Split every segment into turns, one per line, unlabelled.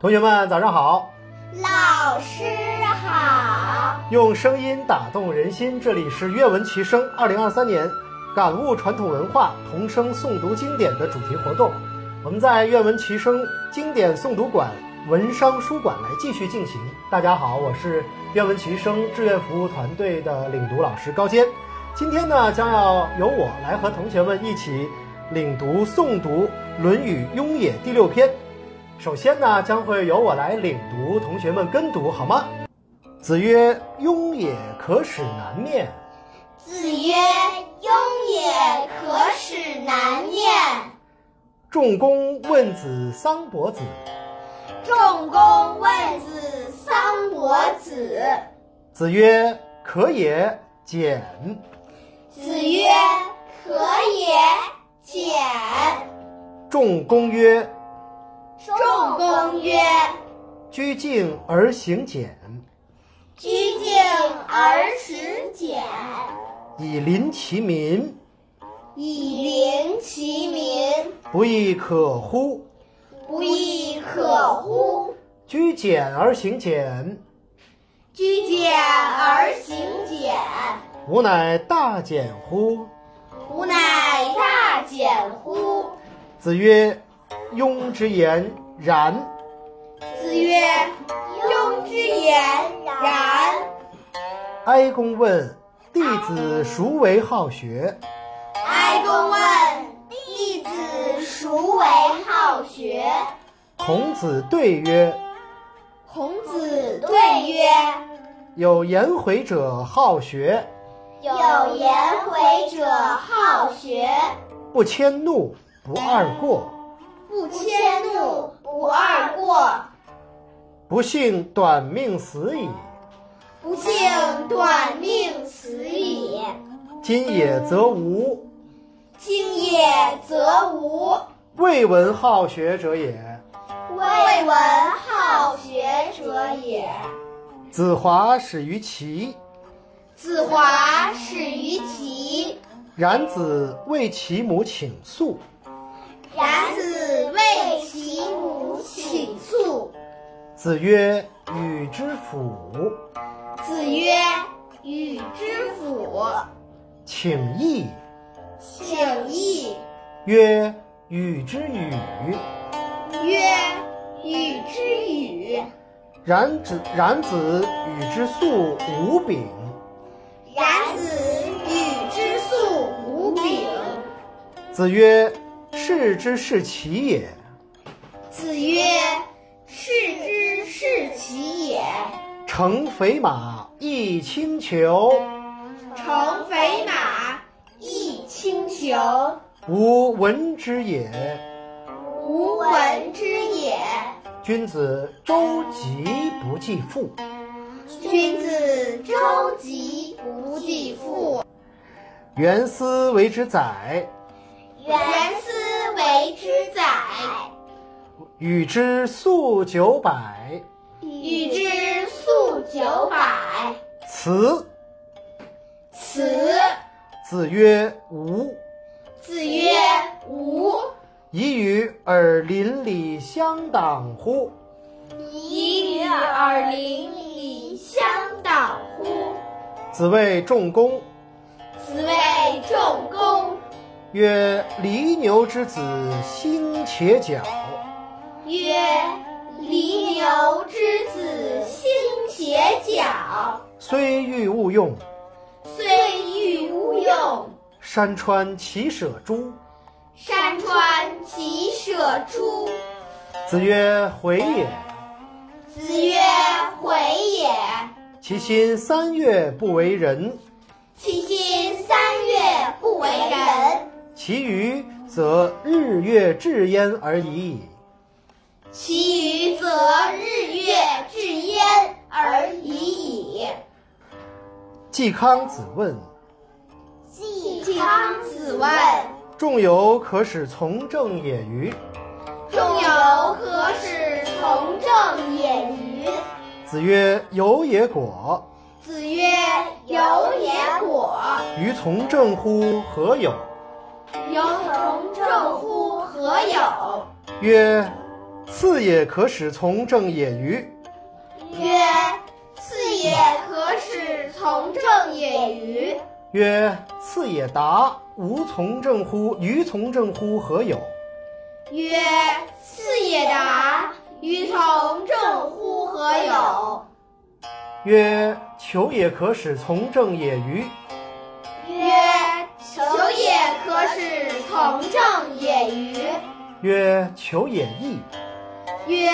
同学们，早上好！
老师好，
用声音打动人心，这里是愿闻其声。二零二三年，感悟传统文化，同声诵读经典的主题活动，我们在愿闻其声经典诵读馆文商书馆来继续进行。大家好，我是愿闻其声志愿服务团队的领读老师高坚。今天呢，将要由我来和同学们一起领读诵读《论语·雍也》第六篇。首先呢，将会由我来领读，同学们跟读好吗？子曰：“庸也可使难面，
子曰：“庸也可使难面。
仲弓问子桑伯子，”
仲弓问子桑伯子。
子曰：“可也，俭。
子曰：“可也，俭。”
仲弓曰”
仲弓曰：“
居静而行俭，：“
居静而行俭，
以临其民，
以临其民，
不亦可乎？
不亦可乎
居俭而行俭，？”
居俭而行俭，
吾乃大俭乎？”
吾乃大俭乎？
子曰：“庸之言然。”
子曰：“庸之言然。
哀公问：“弟子孰为好学
哀公问：“弟子孰为好学？”
孔子对曰？”
孔子对曰：“
有颜回者好学，：“
有颜回者好学，
不迁怒，不贰过，
不迁怒，不贰过，
不幸短命死矣。
不幸短命死矣。
今也则无，
今也则无。”
未闻好学者也。”
未闻好学者也。
子华始于齐，
子华始于齐。
然子为其母请诉。
然子为其母请诉。
子曰：“与之辅，
子曰：“与之辅，
请益。
请益。”
曰：“与之与。””
曰：“与之与。
然子然子与之素无柄，”
然子与之素无柄。
子曰：“是之是其也，
子曰：“是之是其也。
乘肥马，亦轻裘。
乘肥马，亦轻裘。
吾闻之也。
吾闻之也。
君子周急不济富。”
君子周急不济富。”
原思为之宰，
原思为之宰，
与之素九百。
与之素九百。
辞。
辞。
子曰：“吾
子曰：吾
以与尔邻里相党乎？
以与尔邻里相党乎？
子谓仲弓
子谓仲弓
曰：‘犁牛之子，兴且矫。’”
曰：犁牛之子，兴且矫。
虽欲勿用，
虽欲勿用，
山川其舍诸。
山川其舍诸。
子曰：“回也。
子曰：回也。
其心三月不为人，
其心三月不为人。
其余则日月至焉而已矣。
其余则日月至焉而已矣。”
季康子问
季康子问：“
仲由可使从政也与？”
仲由何使从政也与？
子曰：“有也果。
子曰：有也果。
于从政乎何有
有从政乎何有？”？
曰：“次也可使从政也于。
曰：次也可使从政也与？
曰：次也答吾从政乎？于从政乎何有？
曰：次也答，于从政乎何有？
曰：求也可使从政也于。
曰：求也可使从政也与？
曰：求也易，
曰：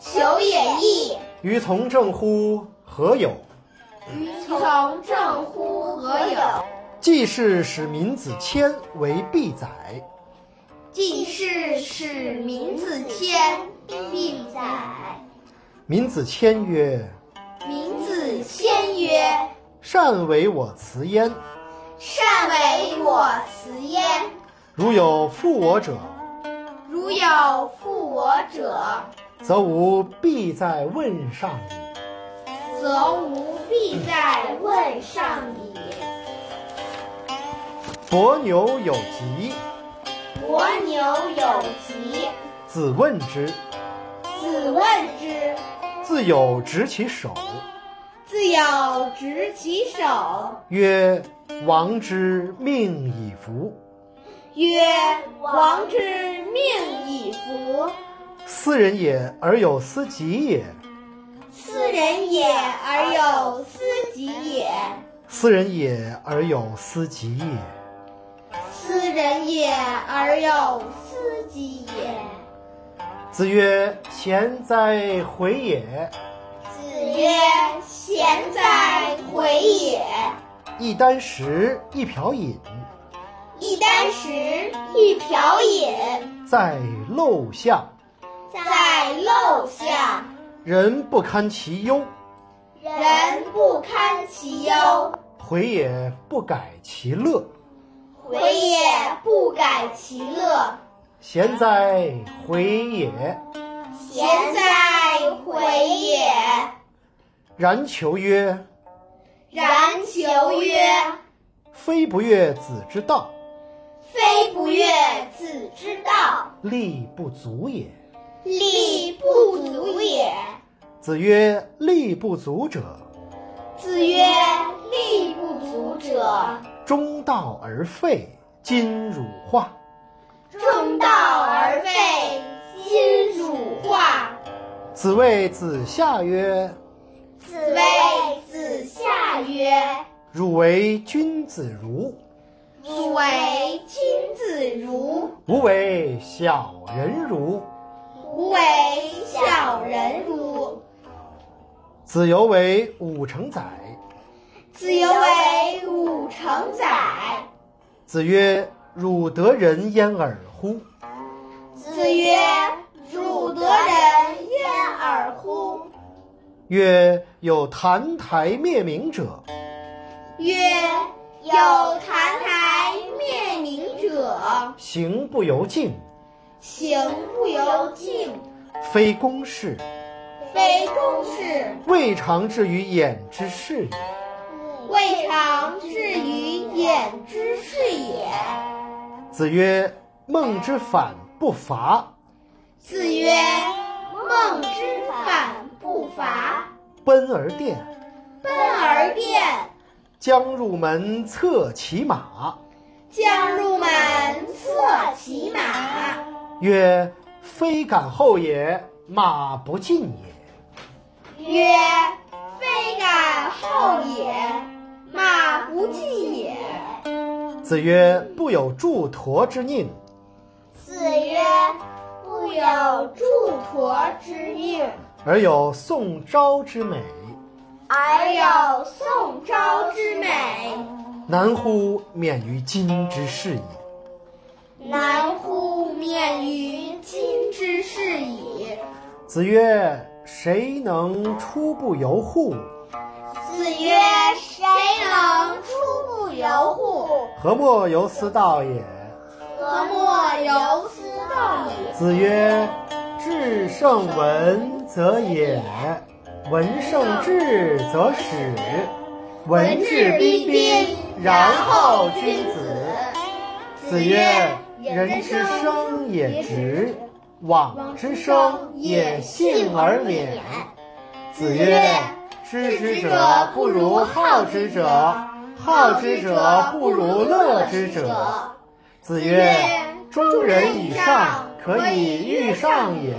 求也易，
于从政乎何有？
于从政乎何有？
季氏使民子谦为必宰。
既是使民子谦，必宰。
民子谦曰
民子谦曰：“
善为我辞焉，：“
善为我辞焉。
如有负我者，
如有负我者，
则吾必在问上矣。”
则吾必在问上矣。
伯牛有疾，
伯牛有疾，
子问之，
子问之，
自有执其手，
自有执其手，
曰：“王之命以服，
曰：‘王之命以服，
斯人也，而有斯己也；
斯人也，而有斯己也；
斯人也，而有斯己也。
斯人也，而有斯己也。’”
子曰：“贤哉，回也！
子曰：“贤哉，回也！
一箪食，一瓢饮，
一箪食，一瓢饮，
在陋巷。”
在陋巷，
人不堪其忧，
人不堪其忧，
回也不改其乐。
回也不改其乐。
贤哉，回也！
贤哉，回也！”
然求曰
然求曰：“
非不悦子之道，：“
非不悦子之道，
力不足也。
力不足也。”
子曰：“力不足者，”
子曰：“力不足者，
中道而废，今汝化。
中道而废，今汝化。”
子谓子夏曰
子谓子夏曰：“
汝为君子如，：“
汝为君子如，
吾为小人如。
吾为小人如。”
子游为五成宰。
子游为五成宰。
子曰：“汝得人焉耳乎？”
子曰：“汝得人焉耳乎
曰：“有澹台灭明者，？”
曰：“有澹台灭明者，
行不由径，
行不由径，
非公事，
非公事，
未尝至于眼之是也。
未尝至于眼之是也。””
子曰：“孟之反不伐，
子曰：“孟之反不伐，
奔而殿，
奔而变，
将入门策其马。
将入门策其马。”
曰：“非敢后也，马不进也。”
曰：“非敢后也，马不进也。””
子曰：“不有助驮之佞，
子曰：“不有助驮之命，
而有宋昭之美，
而有宋昭之美，
难乎免于今之是也。”
难乎免于今之是矣。”
子曰：“谁能出不由户？”
子曰：“谁能出不由户？
何莫由斯道也？
何莫由斯道也？”
子曰：“至圣文则也，文圣至则始，文质彬彬，然后君子。”子曰：“人之生也直，往之生也信而勉。子曰：知之者不如好之者，好之者不如乐之者。子曰：中人以上，可以欲上也；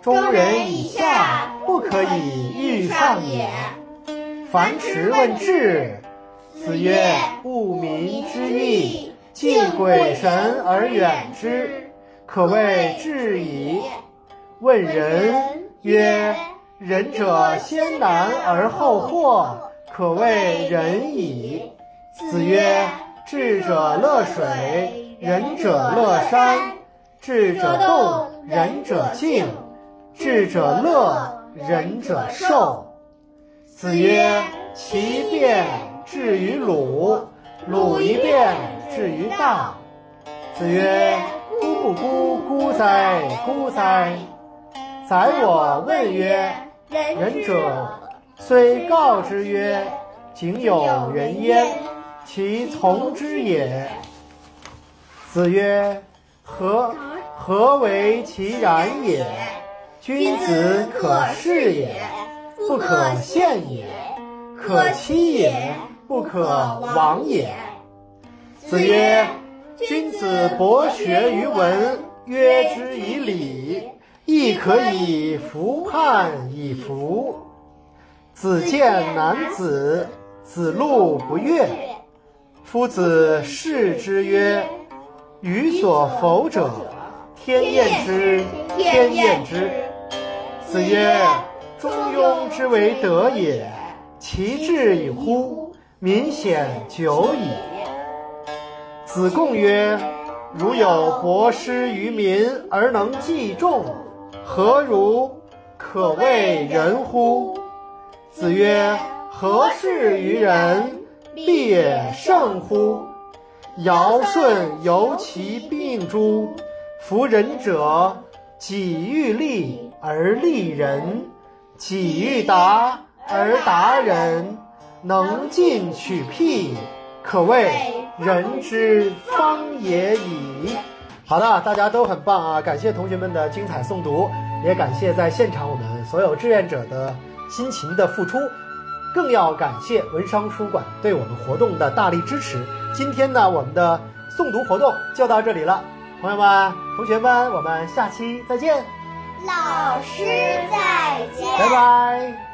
中人以下，不可以欲上也。樊迟问智。子曰：务民之义，敬鬼神而远之，可谓至矣。问仁曰：仁者先难而后获，可谓仁矣。子曰：智者乐水，仁者乐山；智者动，仁者静；智者乐，仁者寿。子曰：其变。至于鲁，鲁一变至于大。子曰：孤不孤，孤哉，孤哉！宰我问曰：仁者虽告之曰，井有人焉，其从之也。子曰：何何为其然也？君子可视也，不可陷也，可欺也。不可亡也。子曰：君子博学于文，约之以礼，亦可以服判以服。子见男子，子路不悦。夫子视之曰：予所否者，天厌之，天厌之。子曰：中庸之为德也，其志与乎？民显久矣。子贡曰：“如有博施于民而能济众，何如？可谓仁乎？”子曰：“何事于人，必也胜乎？尧舜犹其病诸。夫仁者，己欲立而立人，己欲达而达人。”能进取辟，可谓人之方也已。好的，大家都很棒啊！感谢同学们的精彩诵读，也感谢在现场我们所有志愿者的辛勤的付出，更要感谢文商书馆对我们活动的大力支持。今天呢，我们的诵读活动就到这里了，朋友们、同学们，我们下期再见，
老师再见，
拜拜。